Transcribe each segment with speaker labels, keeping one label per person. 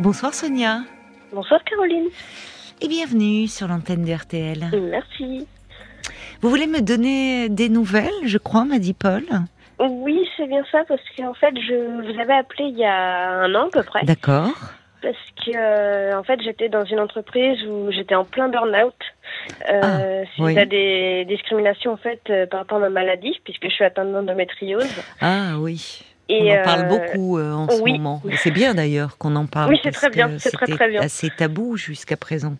Speaker 1: Bonsoir Sonia
Speaker 2: Bonsoir Caroline.
Speaker 1: et bienvenue sur l'antenne de RTL.
Speaker 2: Merci.
Speaker 1: Vous voulez me donner des nouvelles, je crois, m'a dit Paul.
Speaker 2: Oui, c'est bien ça parce qu'en fait, je vous avais appelé il y a un an à peu près
Speaker 1: D'accord.
Speaker 2: parce que euh, en fait, j'étais dans une entreprise où j'étais en plein burn-out euh,
Speaker 1: Ah,
Speaker 2: suite
Speaker 1: oui.
Speaker 2: à des discriminations en fait euh, par rapport à ma maladie puisque je suis atteinte d'endométriose.
Speaker 1: Ah oui.
Speaker 2: Et,
Speaker 1: on en parle
Speaker 2: euh,
Speaker 1: beaucoup euh, en ce
Speaker 2: oui.
Speaker 1: moment. Et c'est bien d'ailleurs qu'on en parle.
Speaker 2: Oui, c'est
Speaker 1: parce
Speaker 2: très bien,
Speaker 1: que
Speaker 2: c'est très,
Speaker 1: c'était
Speaker 2: très bien.
Speaker 1: assez tabou jusqu'à présent.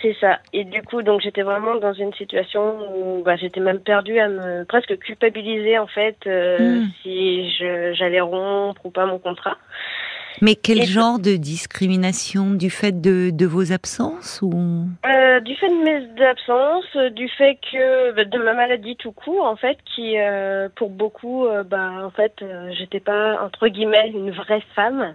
Speaker 2: C'est ça. Et du coup, donc j'étais vraiment dans une situation où bah, j'étais même perdue à me presque culpabiliser en fait euh,
Speaker 1: Hmm.
Speaker 2: si je- j'allais rompre ou pas mon contrat.
Speaker 1: Mais quel
Speaker 2: Et-
Speaker 1: genre de discrimination Du fait de, de vos absences ou...
Speaker 2: Euh, du fait de mes absences, euh, du fait que bah, de ma maladie tout court en fait, qui euh, pour beaucoup, euh, bah en fait, euh, j'étais pas entre guillemets une vraie femme.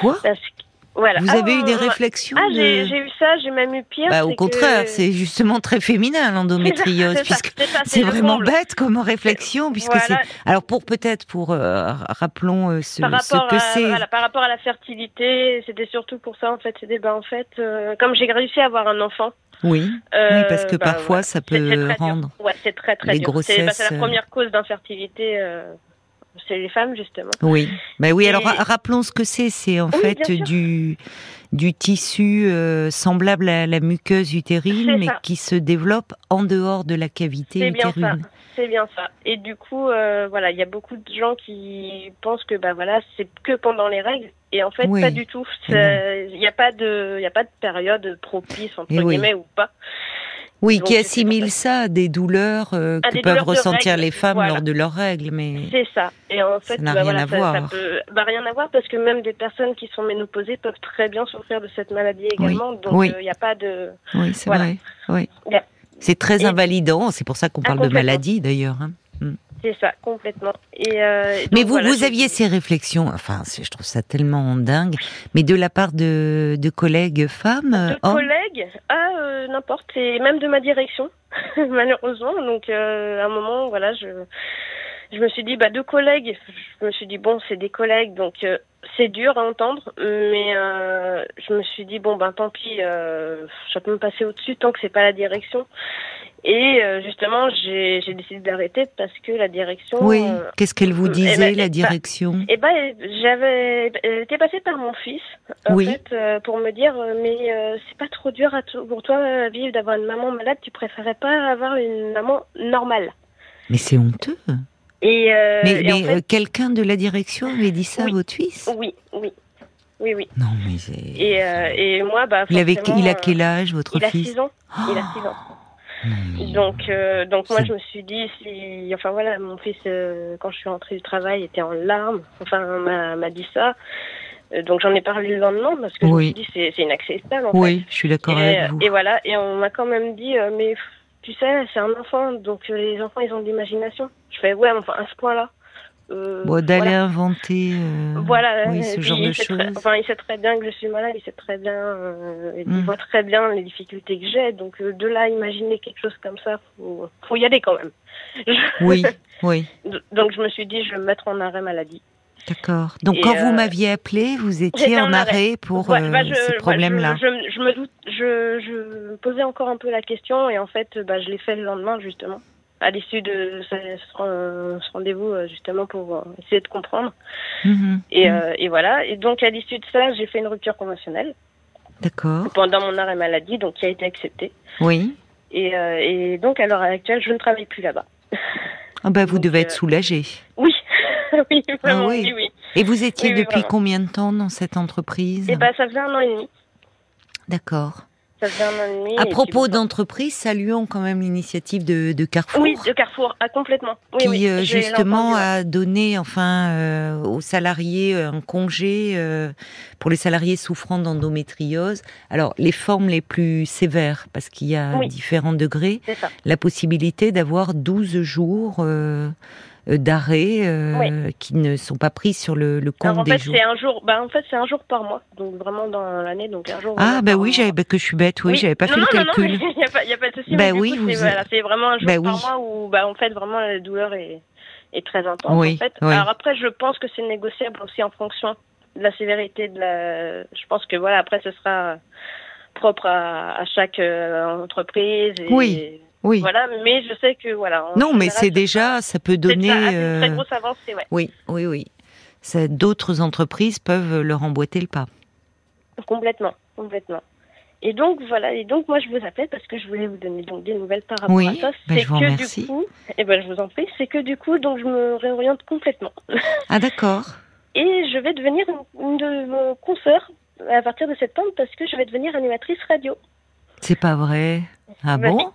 Speaker 1: Quoi
Speaker 2: Parce que voilà.
Speaker 1: Vous
Speaker 2: Ah,
Speaker 1: avez eu des
Speaker 2: moi-
Speaker 1: réflexions
Speaker 2: Ah
Speaker 1: de-
Speaker 2: j'ai j'ai eu ça, j'ai même eu pire.
Speaker 1: Bah, Au
Speaker 2: c'est
Speaker 1: contraire,
Speaker 2: que-
Speaker 1: c'est justement très féminin
Speaker 2: C'est
Speaker 1: l'endométriose,
Speaker 2: ça, Ah,
Speaker 1: puisque
Speaker 2: c'est ça,
Speaker 1: c'est
Speaker 2: le
Speaker 1: vraiment
Speaker 2: comble.
Speaker 1: bête comme réflexion, puisque c'est
Speaker 2: Voilà,
Speaker 1: Alors pour peut-être pour euh, rappelons euh, ce,
Speaker 2: par
Speaker 1: ce
Speaker 2: rapport,
Speaker 1: que
Speaker 2: à,
Speaker 1: c'est.
Speaker 2: voilà, par rapport à la fertilité, c'était surtout pour ça en fait. C'était bah en fait, euh, comme j'ai réussi à avoir un enfant.
Speaker 1: Oui,
Speaker 2: euh,
Speaker 1: oui, parce que
Speaker 2: bah,
Speaker 1: parfois
Speaker 2: voilà.
Speaker 1: ça
Speaker 2: C'est- c'est
Speaker 1: peut
Speaker 2: très dur.
Speaker 1: rendre.
Speaker 2: Ouais, c'est très très
Speaker 1: les
Speaker 2: dur. C'est bah, c'est
Speaker 1: grossesses, euh,
Speaker 2: la première cause d'infertilité, euh, c'est les femmes justement.
Speaker 1: Oui, mais oui.
Speaker 2: Et-
Speaker 1: Alors ra- rappelons ce que c'est. C'est en
Speaker 2: Oui,
Speaker 1: fait
Speaker 2: bien sûr.
Speaker 1: du du tissu euh, semblable à la muqueuse utérine,
Speaker 2: C'est
Speaker 1: mais
Speaker 2: ça.
Speaker 1: qui se développe en dehors de la cavité
Speaker 2: C'est bien ça.
Speaker 1: utérine.
Speaker 2: C'est bien ça. Et du coup, euh, voilà, il y a beaucoup de gens qui pensent que bah voilà, c'est que pendant les règles. Et en fait,
Speaker 1: Oui.
Speaker 2: pas du tout.
Speaker 1: Et
Speaker 2: C'est- Il n'y a pas de, il y a pas de période propice entre
Speaker 1: Et Eh oui.
Speaker 2: guillemets ou pas.
Speaker 1: Oui,
Speaker 2: Donc,
Speaker 1: qui
Speaker 2: c'est
Speaker 1: assimile
Speaker 2: pour
Speaker 1: ça à des douleurs euh,
Speaker 2: À
Speaker 1: que
Speaker 2: des
Speaker 1: peuvent
Speaker 2: douleurs de
Speaker 1: ressentir
Speaker 2: règles,
Speaker 1: les femmes
Speaker 2: voilà.
Speaker 1: lors de leurs règles, mais
Speaker 2: C'est ça. Et en fait,
Speaker 1: Eh. n'a
Speaker 2: bah,
Speaker 1: rien
Speaker 2: voilà,
Speaker 1: à
Speaker 2: ça, ça
Speaker 1: voir.
Speaker 2: peut bah, rien à voir parce que même des personnes qui sont ménopausées peuvent très bien souffrir de cette maladie également. Donc, euh,
Speaker 1: Oui.
Speaker 2: il n'y a pas de.
Speaker 1: oui, c'est
Speaker 2: Voilà.
Speaker 1: vrai. Oui.
Speaker 2: Bien.
Speaker 1: C'est très
Speaker 2: Et-
Speaker 1: invalidant. C'est pour ça qu'on
Speaker 2: Ah,
Speaker 1: parle de
Speaker 2: complètement.
Speaker 1: maladie d'ailleurs. hein.
Speaker 2: C'est ça, complètement. Et, euh,
Speaker 1: Mais
Speaker 2: donc,
Speaker 1: vous,
Speaker 2: voilà,
Speaker 1: vous
Speaker 2: j'ai-
Speaker 1: aviez ces réflexions, enfin, c'est- je trouve ça tellement dingue, mais de la part de, de collègues femmes, euh,
Speaker 2: de
Speaker 1: hommes,
Speaker 2: collègues à euh, n'importe et même de ma direction malheureusement donc euh, à un moment voilà je je me suis dit bah de collègues je me suis dit bon c'est des collègues donc euh, c'est dur à entendre mais euh, je me suis dit bon ben tant pis euh, je peux me passer au dessus tant que c'est pas la direction et euh, justement j'ai j'ai décidé d'arrêter parce que la direction
Speaker 1: oui,
Speaker 2: euh,
Speaker 1: qu'est-ce qu'elle vous
Speaker 2: eh ben,
Speaker 1: disait,
Speaker 2: eh
Speaker 1: la
Speaker 2: ben,
Speaker 1: direction
Speaker 2: eh ben, j'avais elle était passée par mon fils, en
Speaker 1: Oui.
Speaker 2: fait, euh, pour me dire, euh, mais euh, c'est pas trop dur à to- pour toi euh, vivre d'avoir une maman malade, tu préférais pas avoir une maman normale.
Speaker 1: Mais c'est honteux.
Speaker 2: Et, euh,
Speaker 1: mais
Speaker 2: et en
Speaker 1: mais, euh, quelqu'un de la direction avait dit ça à
Speaker 2: Oui.
Speaker 1: votre fils
Speaker 2: fait, oui, oui, oui, oui.
Speaker 1: Non, mais c'est-
Speaker 2: Et, euh, et moi, bah,
Speaker 1: il, avait,
Speaker 2: forcément,
Speaker 1: il a
Speaker 2: euh,
Speaker 1: quel âge, votre
Speaker 2: Il a
Speaker 1: fils
Speaker 2: 6 ans. Il a
Speaker 1: Oh,
Speaker 2: 6 ans.
Speaker 1: non, mais-
Speaker 2: Donc, euh, donc moi,
Speaker 1: C'est-
Speaker 2: je me suis dit, si, enfin voilà, mon fils, euh, quand je suis rentrée du travail, était en larmes. Enfin, m'a m'a dit ça. Euh, Donc j'en ai parlé le lendemain parce que
Speaker 1: Oui.
Speaker 2: je me suis dit c'est- c'est inacceptable en fait.
Speaker 1: Oui, je suis d'accord
Speaker 2: Et, euh,
Speaker 1: avec vous.
Speaker 2: et voilà, et on m'a quand même dit, euh, mais pff, tu sais, c'est un enfant, donc euh, les enfants, ils ont de l'imagination. Je fais, ouais, mais enfin, à ce point-là. euh,
Speaker 1: Bon, D'aller
Speaker 2: voilà.
Speaker 1: inventer euh,
Speaker 2: Voilà,
Speaker 1: oui,
Speaker 2: et
Speaker 1: ce
Speaker 2: puis
Speaker 1: genre
Speaker 2: il
Speaker 1: de
Speaker 2: sait
Speaker 1: choses.
Speaker 2: très- enfin, il sait très bien que je suis malade, il sait très bien, euh,
Speaker 1: Mm.
Speaker 2: il voit très bien les difficultés que j'ai. Donc euh, de là, imaginer quelque chose comme ça, faut, faut y aller quand même.
Speaker 1: Oui, oui.
Speaker 2: Donc je me suis dit, je vais me mettre en arrêt maladie.
Speaker 1: D'accord. Donc
Speaker 2: Et,
Speaker 1: quand vous
Speaker 2: euh,
Speaker 1: m'aviez appelé, vous étiez
Speaker 2: j'étais
Speaker 1: en
Speaker 2: en arrêt.
Speaker 1: arrêt pour
Speaker 2: Ouais,
Speaker 1: euh,
Speaker 2: bah, je- ouais,
Speaker 1: ces
Speaker 2: je-
Speaker 1: problèmes-là.
Speaker 2: je, je me doute, je, je me posais encore un peu la question et en fait, bah, je l'ai fait le lendemain justement, à l'issue de ce, ce- euh, ce rendez-vous euh, justement pour euh, essayer de comprendre.
Speaker 1: Mhm.
Speaker 2: Et,
Speaker 1: Mhm.
Speaker 2: euh, et voilà. Et donc à l'issue de ça, j'ai fait une rupture conventionnelle
Speaker 1: D'accord.
Speaker 2: pendant mon arrêt maladie, donc qui a été acceptée.
Speaker 1: Oui.
Speaker 2: Et, euh, et donc à l'heure actuelle, je ne travaille plus là-bas.
Speaker 1: Ah bah, vous
Speaker 2: donc,
Speaker 1: devez
Speaker 2: euh,
Speaker 1: être soulagé.
Speaker 2: Oui, oui, vraiment,
Speaker 1: Ah oui.
Speaker 2: oui, oui.
Speaker 1: Et vous étiez
Speaker 2: oui, oui,
Speaker 1: depuis
Speaker 2: vraiment.
Speaker 1: combien de temps dans cette entreprise
Speaker 2: Et bah, ça faisait un an et demi.
Speaker 1: D'accord.
Speaker 2: Ça faisait un an et demi. et
Speaker 1: À
Speaker 2: puis,
Speaker 1: propos
Speaker 2: bon,
Speaker 1: d'entreprise, saluons quand même l'initiative de, de Carrefour.
Speaker 2: Oui, de Carrefour, ah, complètement. Oui,
Speaker 1: qui
Speaker 2: oui,
Speaker 1: euh,
Speaker 2: je l'ai
Speaker 1: justement
Speaker 2: entendu,
Speaker 1: a donné enfin euh, aux salariés un congé euh, pour les salariés souffrant d'endométriose. Alors les formes les plus sévères parce qu'il y a
Speaker 2: Oui.
Speaker 1: différents degrés,
Speaker 2: C'est ça.
Speaker 1: la possibilité d'avoir 12 jours euh, euh, d'arrêt euh, qui ne sont pas pris sur le, le compte
Speaker 2: Alors, en
Speaker 1: des
Speaker 2: fait,
Speaker 1: jours.
Speaker 2: c'est un jour. Bah, en fait, c'est un jour par mois, donc vraiment dans l'année, donc un jour.
Speaker 1: Ah
Speaker 2: vraiment
Speaker 1: bah
Speaker 2: par
Speaker 1: oui,
Speaker 2: mois.
Speaker 1: j'avais bah, que je suis bête, oui, j'avais pas
Speaker 2: non,
Speaker 1: fait
Speaker 2: non,
Speaker 1: le calcul.
Speaker 2: Non, non, il n'y a, pas- y a pas de souci.
Speaker 1: Bah
Speaker 2: mais du
Speaker 1: oui,
Speaker 2: coup,
Speaker 1: vous-
Speaker 2: c'est voilà, c'est vraiment un jour
Speaker 1: Bah
Speaker 2: par
Speaker 1: oui.
Speaker 2: mois où, bah, en fait, vraiment la douleur est, est très intense.
Speaker 1: Oui,
Speaker 2: en fait.
Speaker 1: oui.
Speaker 2: Alors après, je pense que c'est négociable aussi en fonction la sévérité de la. Je pense que voilà, après, ce sera propre à, à chaque euh, entreprise. Et,
Speaker 1: Oui, oui.
Speaker 2: Voilà, mais je sais que voilà. en
Speaker 1: Non, mais
Speaker 2: général,
Speaker 1: c'est déjà, ça peut
Speaker 2: c'est
Speaker 1: donner.
Speaker 2: déjà une très
Speaker 1: euh,
Speaker 2: grosse avancée, ouais.
Speaker 1: Oui, oui, oui. Ça- D'autres entreprises peuvent leur emboîter le pas.
Speaker 2: Complètement, complètement. Et donc voilà, et donc moi je vous appelais parce que je voulais vous donner donc des nouvelles par rapport
Speaker 1: Oui,
Speaker 2: à ça.
Speaker 1: ben,
Speaker 2: C'est
Speaker 1: je vous
Speaker 2: que
Speaker 1: remercie.
Speaker 2: du coup, et ben je vous en prie, c'est que du coup donc je me réoriente complètement
Speaker 1: Ah d'accord.
Speaker 2: et je vais devenir une, une de mon consoeur à partir de septembre parce que je vais devenir animatrice radio.
Speaker 1: C'est pas vrai. Ah
Speaker 2: Bah
Speaker 1: bon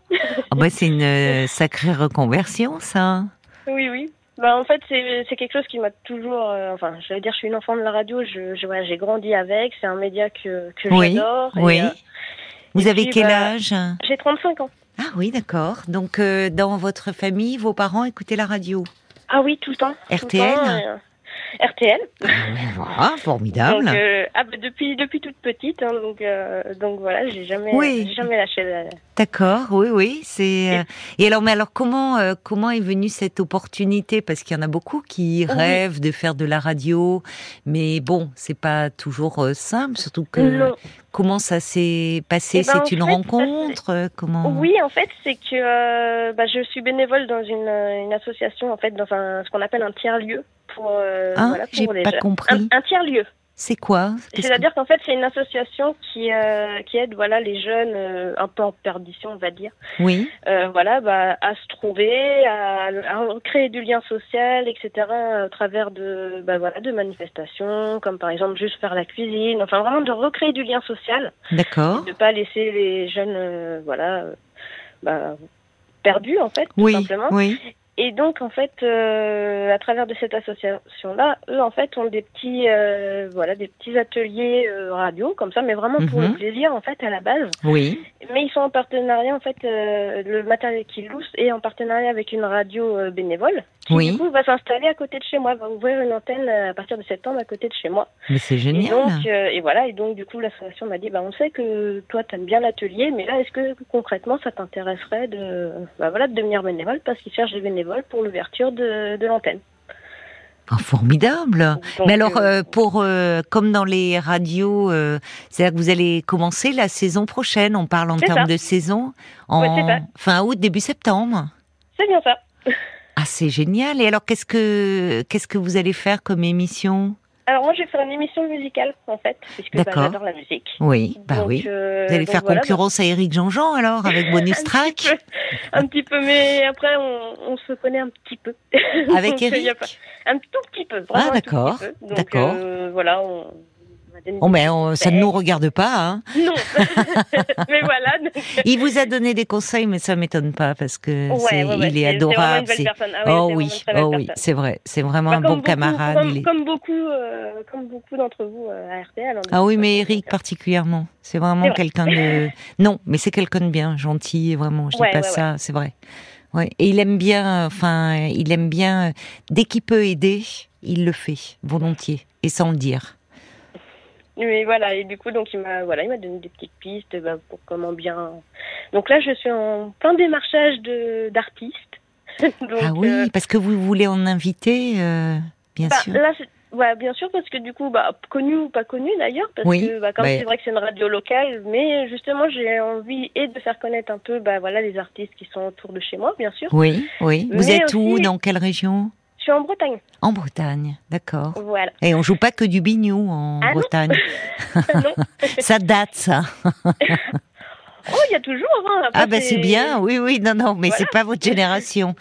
Speaker 1: Ah bah c'est une euh, sacrée reconversion ça.
Speaker 2: Oui, oui. Bah, en fait, c'est c'est quelque chose qui m'a toujours. euh, enfin, je vais dire, je suis une enfant de la radio. Je, je- voilà, j'ai grandi avec. C'est un média que, que
Speaker 1: Oui,
Speaker 2: j'adore. et,
Speaker 1: Oui.
Speaker 2: euh,
Speaker 1: Vous
Speaker 2: et
Speaker 1: avez
Speaker 2: puis,
Speaker 1: quel
Speaker 2: bah,
Speaker 1: âge
Speaker 2: j'ai 35 ans.
Speaker 1: Ah oui, d'accord. Donc euh, dans votre famille, vos parents écoutaient la radio.
Speaker 2: Ah oui, tout le temps. tout le
Speaker 1: RTL?
Speaker 2: temps, et, euh, RTL.
Speaker 1: Ah, formidable.
Speaker 2: Donc, euh, ah, bah, depuis, depuis toute petite, hein, donc, euh, donc voilà, j'ai jamais,
Speaker 1: Oui.
Speaker 2: j'ai jamais lâché. la-
Speaker 1: D'accord, oui, oui, c'est. euh, Et alors, mais alors, comment euh, comment est venue cette opportunité Parce qu'il y en a beaucoup qui
Speaker 2: Oui.
Speaker 1: rêvent de faire de la radio, mais bon, c'est pas toujours euh, simple. Surtout que
Speaker 2: Non.
Speaker 1: comment ça s'est passé
Speaker 2: Eh ben, en
Speaker 1: C'est une
Speaker 2: fait, ça
Speaker 1: rencontre euh, Comment
Speaker 2: Oui, en fait, c'est que euh, bah, je suis bénévole dans une, euh, une association, en fait, dans un, ce qu'on appelle un tiers-lieu. Pour, euh,
Speaker 1: Hein
Speaker 2: voilà,
Speaker 1: J'ai
Speaker 2: pour les
Speaker 1: pas
Speaker 2: jeunes.
Speaker 1: compris.
Speaker 2: Un, un tiers-lieu.
Speaker 1: C'est quoi Qu'est-ce que-
Speaker 2: C'est-à-dire qu'en fait, c'est une association qui, euh, qui aide voilà, les jeunes euh, un peu en perdition, on va dire,
Speaker 1: Oui,
Speaker 2: euh, voilà, bah, à se trouver, à, à créer du lien social, etc., au travers de, bah, voilà, de manifestations, comme par exemple juste faire la cuisine, enfin vraiment de recréer du lien social,
Speaker 1: d'accord.
Speaker 2: de ne pas laisser les jeunes euh, voilà, euh, bah, perdus, en fait, tout
Speaker 1: Oui,
Speaker 2: simplement.
Speaker 1: oui,
Speaker 2: Et donc, en fait, euh, à travers de cette association-là, eux, en fait, ont des petits, euh, voilà, des petits ateliers euh, radio, comme ça, mais vraiment pour
Speaker 1: Mhm.
Speaker 2: le plaisir, en fait, à la base.
Speaker 1: oui.
Speaker 2: Mais ils sont en partenariat, en fait, euh, le matériel qu'ils louent est en partenariat avec une radio euh, bénévole, qui,
Speaker 1: Oui.
Speaker 2: du coup, va s'installer à côté de chez moi, va ouvrir une antenne euh, à partir de septembre à côté de chez moi.
Speaker 1: Mais c'est
Speaker 2: Et donc,
Speaker 1: génial.
Speaker 2: euh, et voilà, et donc, du coup, l'association m'a dit, bah, on sait que toi, t'aimes bien l'atelier, mais là, est-ce que concrètement, ça t'intéresserait de, bah, voilà, de devenir bénévole parce qu'ils cherchent des bénévoles pour l'ouverture de, de l'antenne.
Speaker 1: Ah, formidable.
Speaker 2: Donc,
Speaker 1: Mais alors,
Speaker 2: euh,
Speaker 1: euh, pour euh, comme dans les radios, euh, c'est-à-dire que vous allez commencer la saison prochaine. On parle en
Speaker 2: C'est
Speaker 1: termes
Speaker 2: ça.
Speaker 1: de saison
Speaker 2: Ouais,
Speaker 1: en
Speaker 2: c'est ça.
Speaker 1: fin août, début septembre.
Speaker 2: c'est bien ça.
Speaker 1: Ah, c'est génial. Et alors, qu'est-ce que qu'est-ce que vous allez faire comme émission
Speaker 2: Alors, moi, je vais faire une émission musicale, en fait, puisque bah,
Speaker 1: D'accord.
Speaker 2: j'adore la musique.
Speaker 1: Oui, bah
Speaker 2: Donc,
Speaker 1: oui.
Speaker 2: euh,
Speaker 1: Vous allez
Speaker 2: donc
Speaker 1: faire
Speaker 2: voilà,
Speaker 1: concurrence à Eric Jean-Jean alors avec bonus track
Speaker 2: un petit peu, mais après, on, on se connaît un petit peu.
Speaker 1: avec
Speaker 2: Donc, il y a pas-
Speaker 1: Eric.
Speaker 2: Un tout petit peu, vraiment.
Speaker 1: Ah,
Speaker 2: un tout petit
Speaker 1: d'accord,
Speaker 2: peu. Donc,
Speaker 1: d'accord.
Speaker 2: euh, voilà, on. on va donner-
Speaker 1: Oh mais on- ça ne nous regarde pas. Hein.
Speaker 2: Non, mais voilà. donc,
Speaker 1: Il vous a donné des conseils, mais ça m'étonne pas parce que
Speaker 2: Ouais,
Speaker 1: c'est-
Speaker 2: ouais, ouais,
Speaker 1: il
Speaker 2: c'est-
Speaker 1: est
Speaker 2: c'est
Speaker 1: adorable.
Speaker 2: vraiment une
Speaker 1: c'est-
Speaker 2: belle personne. Ah
Speaker 1: Oh
Speaker 2: c'est
Speaker 1: oui,
Speaker 2: vraiment une très belle
Speaker 1: oh oui,
Speaker 2: personne.
Speaker 1: c'est vrai, c'est vraiment
Speaker 2: Bah,
Speaker 1: un
Speaker 2: comme
Speaker 1: bon
Speaker 2: beaucoup-
Speaker 1: camarade.
Speaker 2: Comme,
Speaker 1: il est-
Speaker 2: comme beaucoup, euh, comme beaucoup d'entre vous euh, à RTL. hein, de
Speaker 1: Ah oui,
Speaker 2: toute
Speaker 1: mais
Speaker 2: façon,
Speaker 1: Eric
Speaker 2: donc,
Speaker 1: particulièrement. C'est
Speaker 2: C'est
Speaker 1: vraiment
Speaker 2: vrai.
Speaker 1: quelqu'un de. Non, mais c'est quelqu'un de bien, gentil, et vraiment. Je
Speaker 2: Ouais,
Speaker 1: dis pas
Speaker 2: ouais,
Speaker 1: ça, c'est vrai. Ouais. Et il aime bien, euh, enfin, euh, il aime bien, euh, dès qu'il peut aider, il le fait, volontiers, et sans le dire.
Speaker 2: euh, Mais voilà, et du coup, donc il m'a, voilà, il m'a donné des petites pistes bah, pour comment bien. Donc là, je suis en plein démarchage de d'artistes. Donc,
Speaker 1: ah oui,
Speaker 2: euh,
Speaker 1: parce que vous voulez en inviter, euh, bien
Speaker 2: bah,
Speaker 1: sûr.
Speaker 2: là, c'est- ouais, bien sûr, parce que du coup, bah, connu ou pas connu d'ailleurs, parce
Speaker 1: Oui,
Speaker 2: que bah, comme
Speaker 1: ouais.
Speaker 2: c'est vrai que c'est une radio locale, mais justement, j'ai envie et de faire connaître un peu, bah voilà, les artistes qui sont autour de chez moi, bien sûr.
Speaker 1: Oui, oui. Vous
Speaker 2: Mais
Speaker 1: êtes où
Speaker 2: aussi-
Speaker 1: Dans quelle région
Speaker 2: Je suis en Bretagne.
Speaker 1: En Bretagne, d'accord.
Speaker 2: Voilà.
Speaker 1: Et on joue pas que du bignou en
Speaker 2: Ah non.
Speaker 1: Bretagne.
Speaker 2: non.
Speaker 1: Ça date, ça.
Speaker 2: Oh, il y a toujours. hein. Après,
Speaker 1: Ah bah c'est bien, oui, oui, non, non, mais c'est pas votre génération.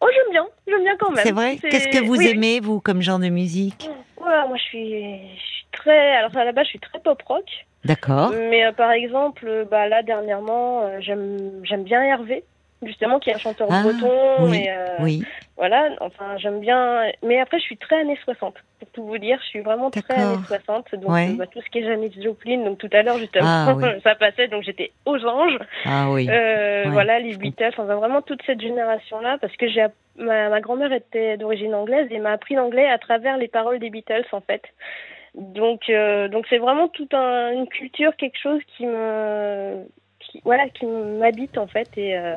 Speaker 2: Oh, j'aime bien. J'aime bien quand même.
Speaker 1: C'est vrai Qu'est-ce que vous
Speaker 2: Oui, oui.
Speaker 1: aimez, vous, comme genre de musique
Speaker 2: Ouah, moi, je suis... je suis très. Alors, à la base, je suis très pop rock.
Speaker 1: D'accord.
Speaker 2: Mais euh, par exemple, euh, bah, là, dernièrement, euh, j'aime j'aime bien Hervé, justement, qui est un chanteur
Speaker 1: Ah,
Speaker 2: breton.
Speaker 1: oui,
Speaker 2: et, euh,
Speaker 1: Oui,
Speaker 2: Voilà, enfin, j'aime bien. Mais après, je suis très années 60. Pour tout vous dire, je suis vraiment très
Speaker 1: D'accord.
Speaker 2: années 60. Donc,
Speaker 1: Ouais.
Speaker 2: euh, bah, tout ce qui est Janis Joplin. Donc, tout à l'heure, justement,
Speaker 1: Ah, oui.
Speaker 2: ça passait. Donc, j'étais aux anges.
Speaker 1: ah oui.
Speaker 2: Euh,
Speaker 1: Ouais,
Speaker 2: voilà, les Beatles, enfin vraiment toute cette génération-là, parce que j'ai app- ma, ma grand-mère était d'origine anglaise et m'a appris l'anglais à travers les paroles des Beatles en fait. Donc euh, donc c'est vraiment toute un- une culture, quelque chose qui me qui, voilà qui m'habite en fait et euh,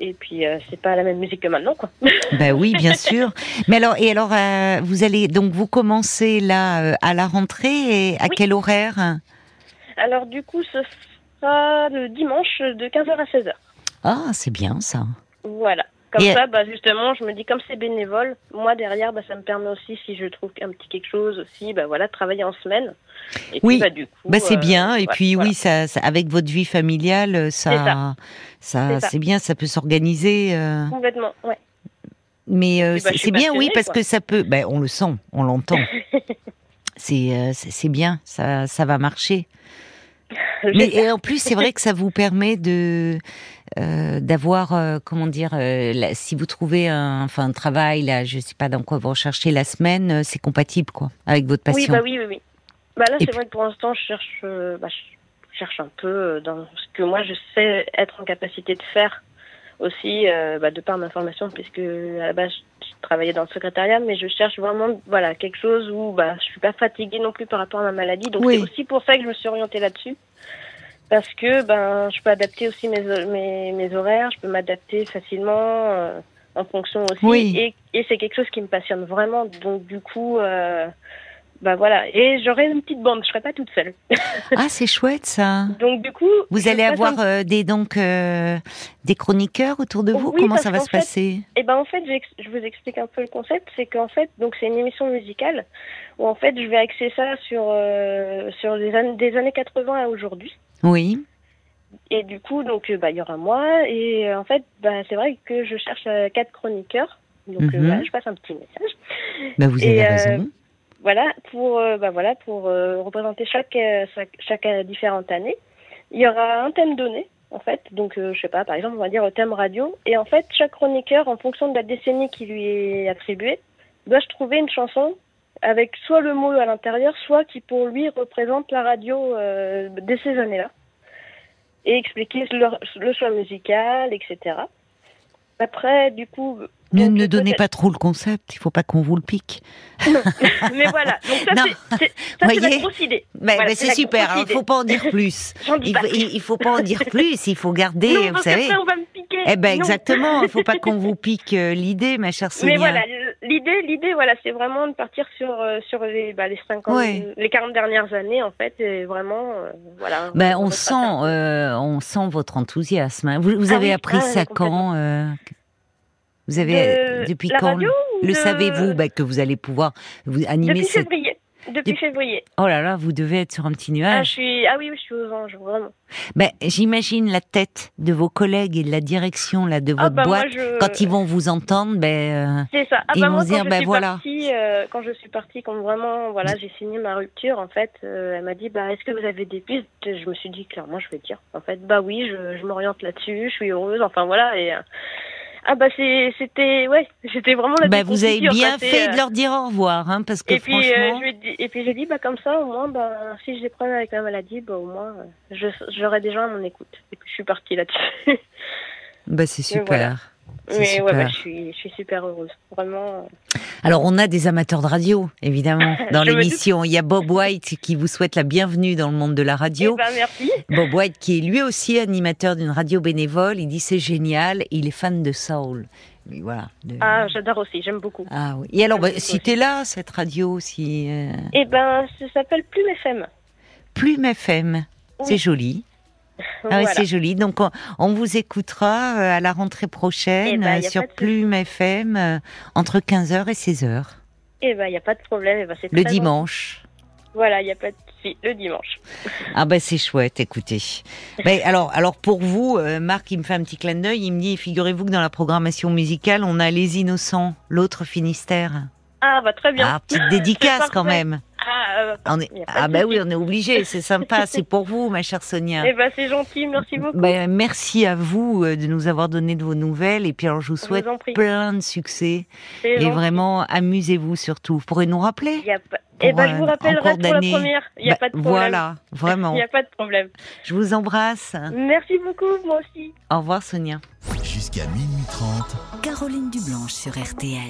Speaker 2: Et puis, euh, c'est pas la même musique que maintenant, quoi.
Speaker 1: Ben oui, bien sûr. Mais alors, et alors, euh, vous allez donc vous commencez là euh, à la rentrée et à
Speaker 2: Oui.
Speaker 1: quel horaire
Speaker 2: Alors, du coup, ce sera le dimanche de 15h à 16h.
Speaker 1: Ah, c'est bien ça.
Speaker 2: Voilà. Comme
Speaker 1: Et-
Speaker 2: ça, bah, justement, je me dis, comme c'est bénévole, moi, derrière, bah, ça me permet aussi, si je trouve un petit quelque chose aussi, bah, voilà, de travailler en semaine. Et
Speaker 1: Oui.
Speaker 2: Puis, bah, du coup,
Speaker 1: Bah c'est
Speaker 2: euh,
Speaker 1: bien. Et
Speaker 2: voilà,
Speaker 1: puis
Speaker 2: voilà.
Speaker 1: oui, ça, ça- avec votre vie familiale, ça, ça,
Speaker 2: C'est ça.
Speaker 1: c'est bien, ça peut s'organiser. euh,
Speaker 2: Complètement, ouais.
Speaker 1: Mais euh,
Speaker 2: Et bah,
Speaker 1: c'est
Speaker 2: je suis
Speaker 1: c'est bien, oui,
Speaker 2: passionnée,
Speaker 1: parce
Speaker 2: quoi.
Speaker 1: que ça peut. Ben, on le sent, on l'entend. C'est euh, c'est c'est bien, ça, ça va marcher. Mais
Speaker 2: J'espère.
Speaker 1: et en plus, c'est vrai que ça vous permet de euh, d'avoir euh, comment dire euh, la- si vous trouvez un enfin un travail là, je sais pas dans quoi vous recherchez la semaine, euh, c'est compatible quoi avec votre passion.
Speaker 2: Oui, bah oui, oui, oui. Bah là,
Speaker 1: Et
Speaker 2: c'est vrai que pour l'instant, je cherche, euh, bah, je cherche un peu euh, dans ce que moi, je sais être en capacité de faire aussi, euh, bah, de par ma formation, puisque à la base, je je travaillais dans le secrétariat, mais je cherche vraiment, voilà, quelque chose où, bah, je suis pas fatiguée non plus par rapport à ma maladie. Donc,
Speaker 1: Oui.
Speaker 2: c'est aussi pour ça que je me suis orientée là-dessus. Parce que, ben, je peux adapter aussi mes, mes, mes horaires, je peux m'adapter facilement, euh, en fonction aussi.
Speaker 1: Oui.
Speaker 2: Et, et c'est quelque chose qui me passionne vraiment. Donc, du coup, euh, bah voilà, et j'aurai une petite bande, je serai pas toute seule.
Speaker 1: Ah, c'est chouette ça.
Speaker 2: Donc du coup,
Speaker 1: Vous
Speaker 2: bah, je
Speaker 1: allez
Speaker 2: passe
Speaker 1: avoir
Speaker 2: un-
Speaker 1: euh, des donc euh, des chroniqueurs autour de vous.
Speaker 2: Oh, Oui,
Speaker 1: Comment
Speaker 2: parce
Speaker 1: ça va
Speaker 2: qu'en
Speaker 1: se
Speaker 2: fait-
Speaker 1: passer
Speaker 2: Eh ben en fait, j'ex- je vous explique un peu le concept, c'est qu'en fait, donc c'est une émission musicale où en fait, je vais axer ça sur euh, sur les années des années 80 à aujourd'hui.
Speaker 1: Oui.
Speaker 2: Et du coup, donc euh, bah il y aura moi et euh, en fait, bah c'est vrai que je cherche euh, quatre chroniqueurs. Donc euh,
Speaker 1: Mhm.
Speaker 2: voilà, je passe un petit message.
Speaker 1: Bah vous
Speaker 2: Et,
Speaker 1: avez
Speaker 2: euh,
Speaker 1: raison.
Speaker 2: Voilà pour euh, bah voilà pour euh, représenter chaque, euh, chaque chaque euh, différente année. Il y aura un thème donné en fait, donc euh, je sais pas par exemple on va dire le thème radio et en fait chaque chroniqueur en fonction de la décennie qui lui est attribuée doit se trouver une chanson avec soit le mot à l'intérieur soit qui pour lui représente la radio euh, de ces années-là et expliquer leur- le choix musical etc. Après du coup
Speaker 1: Ne,
Speaker 2: donc,
Speaker 1: ne
Speaker 2: euh,
Speaker 1: donnez
Speaker 2: peut-être-
Speaker 1: pas trop le concept. Il faut pas qu'on vous le pique.
Speaker 2: mais voilà donc ça
Speaker 1: Non.
Speaker 2: c'est- c'est ça, c'est la
Speaker 1: Voyez
Speaker 2: grosse idée
Speaker 1: Bah,
Speaker 2: Voilà,
Speaker 1: bah,
Speaker 2: c'est
Speaker 1: c'est
Speaker 2: la
Speaker 1: super.
Speaker 2: grosse
Speaker 1: Alors,
Speaker 2: idée.
Speaker 1: faut pas en dire plus.
Speaker 2: j'en dis
Speaker 1: Il
Speaker 2: pas
Speaker 1: faut, il- il faut pas en dire plus. Il faut garder.
Speaker 2: non,
Speaker 1: vous
Speaker 2: parce
Speaker 1: savez.
Speaker 2: qu'après, on va me piquer.
Speaker 1: Eh ben
Speaker 2: Non.
Speaker 1: exactement, il faut pas qu'on vous pique euh, l'idée, ma chère Sonia.
Speaker 2: Mais voilà, l'idée, l'idée, voilà, c'est vraiment de partir sur euh, sur les bah, les 50,
Speaker 1: Ouais.
Speaker 2: les 40 dernières années en fait, et vraiment, euh, voilà.
Speaker 1: Ben, on
Speaker 2: va
Speaker 1: sent,
Speaker 2: faire-
Speaker 1: euh, on sent votre enthousiasme. hein. Vous, vous
Speaker 2: Ah
Speaker 1: avez
Speaker 2: oui,
Speaker 1: appris
Speaker 2: ah,
Speaker 1: ça
Speaker 2: complètement.
Speaker 1: quand euh, Vous avez
Speaker 2: De
Speaker 1: euh, depuis
Speaker 2: la
Speaker 1: quand
Speaker 2: radio
Speaker 1: Le
Speaker 2: de-
Speaker 1: savez-vous ben, que vous allez pouvoir vous animer
Speaker 2: Depuis
Speaker 1: cette
Speaker 2: février. Depuis
Speaker 1: Dep-
Speaker 2: février.
Speaker 1: Oh là là, vous devez être sur un petit
Speaker 2: Ah, je
Speaker 1: nuage.
Speaker 2: suis, ah oui, oui, je suis aux anges, vraiment.
Speaker 1: Ben, j'imagine la tête de vos collègues et de la direction là de votre
Speaker 2: ah bah
Speaker 1: boîte
Speaker 2: moi je.
Speaker 1: quand ils vont vous entendre. Ben euh,
Speaker 2: C'est ça. Ah
Speaker 1: ils
Speaker 2: bah
Speaker 1: vont
Speaker 2: moi,
Speaker 1: se
Speaker 2: quand
Speaker 1: dire,
Speaker 2: je
Speaker 1: bah,
Speaker 2: suis
Speaker 1: voilà.
Speaker 2: partie, euh, quand je suis partie, quand vraiment, voilà, j'ai signé ma rupture, en fait, euh, elle m'a dit, bah, est-ce que vous avez des pistes Je me suis dit, clairement, je vais dire, en fait, bah oui, je, je m'oriente là-dessus, je suis heureuse, enfin voilà. Et euh, ah bah c'est- c'était, ouais, c'était vraiment la.
Speaker 1: ben, vous avez
Speaker 2: déconfiture,
Speaker 1: bien
Speaker 2: quoi, c'est,
Speaker 1: fait
Speaker 2: euh,
Speaker 1: de leur dire au revoir, hein, parce que
Speaker 2: Et puis, euh,
Speaker 1: franchement.
Speaker 2: je lui ai dit- et puis j'ai dit, bah comme ça, au moins, bah, si j'ai des problèmes avec ma maladie, bah au moins, euh, je j'aurai des gens à mon écoute. Et puis je suis partie là-dessus.
Speaker 1: Ben, c'est
Speaker 2: Mais
Speaker 1: super.
Speaker 2: Euh, voilà.
Speaker 1: C'est
Speaker 2: Mais ouais,
Speaker 1: super.
Speaker 2: bah, je suis, je suis super heureuse, vraiment.
Speaker 1: Alors, on a des amateurs de radio, évidemment, dans
Speaker 2: Je me doute.
Speaker 1: l'émission. Il y a Bob White qui vous souhaite la bienvenue dans le monde de la radio.
Speaker 2: Eh ben, merci.
Speaker 1: Bob White, qui est lui aussi animateur d'une radio bénévole, il dit c'est génial, il est fan de Soul. Mais voilà. de-
Speaker 2: Ah, j'adore aussi, j'aime beaucoup.
Speaker 1: Ah oui. Et alors, bah,
Speaker 2: J'aime beaucoup
Speaker 1: si t'es là, cette radio, si euh,
Speaker 2: Eh ben, ça s'appelle Plume FM.
Speaker 1: Ah Plume FM,
Speaker 2: Oui.
Speaker 1: c'est joli. Ah oui,
Speaker 2: Voilà.
Speaker 1: c'est joli. Donc, on, on vous écoutera euh, à la rentrée
Speaker 2: Eh
Speaker 1: prochaine
Speaker 2: ben,
Speaker 1: euh,
Speaker 2: y a
Speaker 1: sur
Speaker 2: pas de souci.
Speaker 1: Plume FM euh, entre 15h et 16h,
Speaker 2: Eh ben, il n'y a pas de problème. Eh ben, c'est
Speaker 1: le
Speaker 2: très
Speaker 1: dimanche.
Speaker 2: gentil. Voilà, il n'y a pas de souci, le dimanche.
Speaker 1: Ah ben c'est chouette, écoutez. Mais alors, alors pour vous, euh, Marc, il me fait un petit clin d'œil. Il me dit, figurez-vous que dans la programmation musicale, on a Les Innocents, l'autre Finistère.
Speaker 2: Ah, bah, très bien.
Speaker 1: Ah, petite dédicace
Speaker 2: C'est
Speaker 1: quand
Speaker 2: parfait.
Speaker 1: même.
Speaker 2: Ah, euh,
Speaker 1: On est-
Speaker 2: Il y a pas de
Speaker 1: Ah ben
Speaker 2: souci.
Speaker 1: oui, on est obligé. C'est sympa, c'est pour vous, ma chère Sonia.
Speaker 2: eh ben, c'est gentil, merci beaucoup.
Speaker 1: Ben, merci à vous euh, de nous avoir donné de vos nouvelles. Et puis alors, je vous
Speaker 2: Je
Speaker 1: souhaite
Speaker 2: vous en prie.
Speaker 1: plein de succès.
Speaker 2: C'est
Speaker 1: Et
Speaker 2: gentil.
Speaker 1: vraiment, amusez-vous surtout. Vous pourrez nous
Speaker 2: Il
Speaker 1: rappeler
Speaker 2: y a pas- Eh
Speaker 1: pour,
Speaker 2: ben, je
Speaker 1: euh,
Speaker 2: vous
Speaker 1: en cours
Speaker 2: rappellerai pour la
Speaker 1: d'année.
Speaker 2: première. Il n'y a
Speaker 1: Ben,
Speaker 2: pas de problème.
Speaker 1: Voilà,
Speaker 2: Il
Speaker 1: vraiment. Hein.
Speaker 2: n'y a pas de problème.
Speaker 1: Je vous embrasse.
Speaker 2: Merci beaucoup, moi aussi.
Speaker 1: Au revoir, Sonia.
Speaker 3: Jusqu'à minuit 30.
Speaker 4: Caroline Dublanche sur RTL.